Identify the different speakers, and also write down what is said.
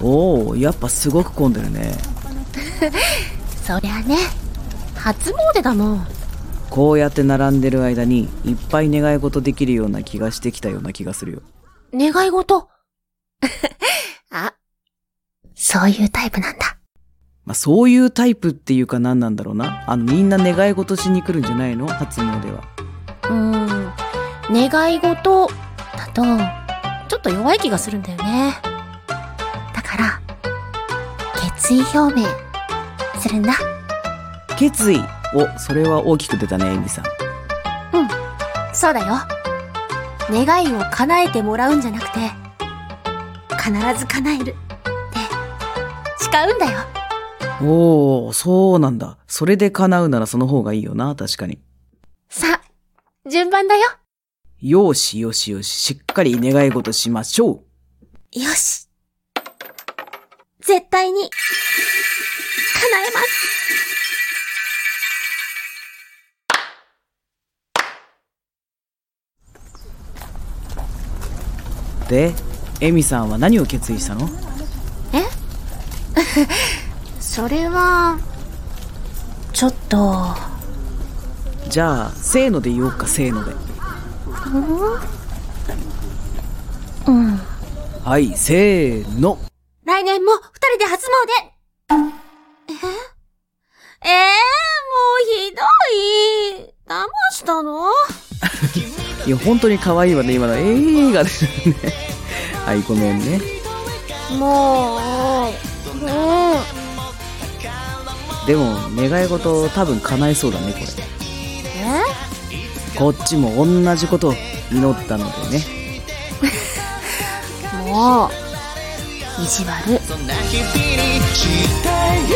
Speaker 1: おおやっぱすごく混んでるね
Speaker 2: そりゃね初詣だもん
Speaker 1: こうやって並んでる間にいっぱい願い事できるような気がしてきたような気がするよ
Speaker 2: 願い事 あそういうタイプなんだ
Speaker 1: まあ、そういうタイプっていうか何なんだろうなあのみんな願い事しに来るんじゃないの初詣は
Speaker 2: うーん願い事だとちょっと弱い気がするんだよねだから決意表明するんだ
Speaker 1: 決意おそれは大きく出たねエミさん
Speaker 2: そうだよ願いを叶えてもらうんじゃなくて必ず叶えるって誓うんだよ
Speaker 1: おおそうなんだそれで叶うならその方がいいよな確かに
Speaker 2: さあ順番だよ
Speaker 1: よしよしよししっかり願い事しましょう
Speaker 2: よし絶対に叶えます
Speaker 1: でエミさんは何を決意したの
Speaker 2: それはちょっと
Speaker 1: じゃあせーので言おうかせーので
Speaker 2: うん
Speaker 1: はいせーの
Speaker 2: 来年も二人で初詣ええー、もうひどい騙したの
Speaker 1: いや本当に可愛いわね今の映画ですねはいごめんね
Speaker 2: もうもう
Speaker 1: でも願い事多分叶えそうだねこれ
Speaker 2: え
Speaker 1: こっちも同じことを祈ったのでね
Speaker 2: もう意地悪
Speaker 3: そんな日々にしたいよ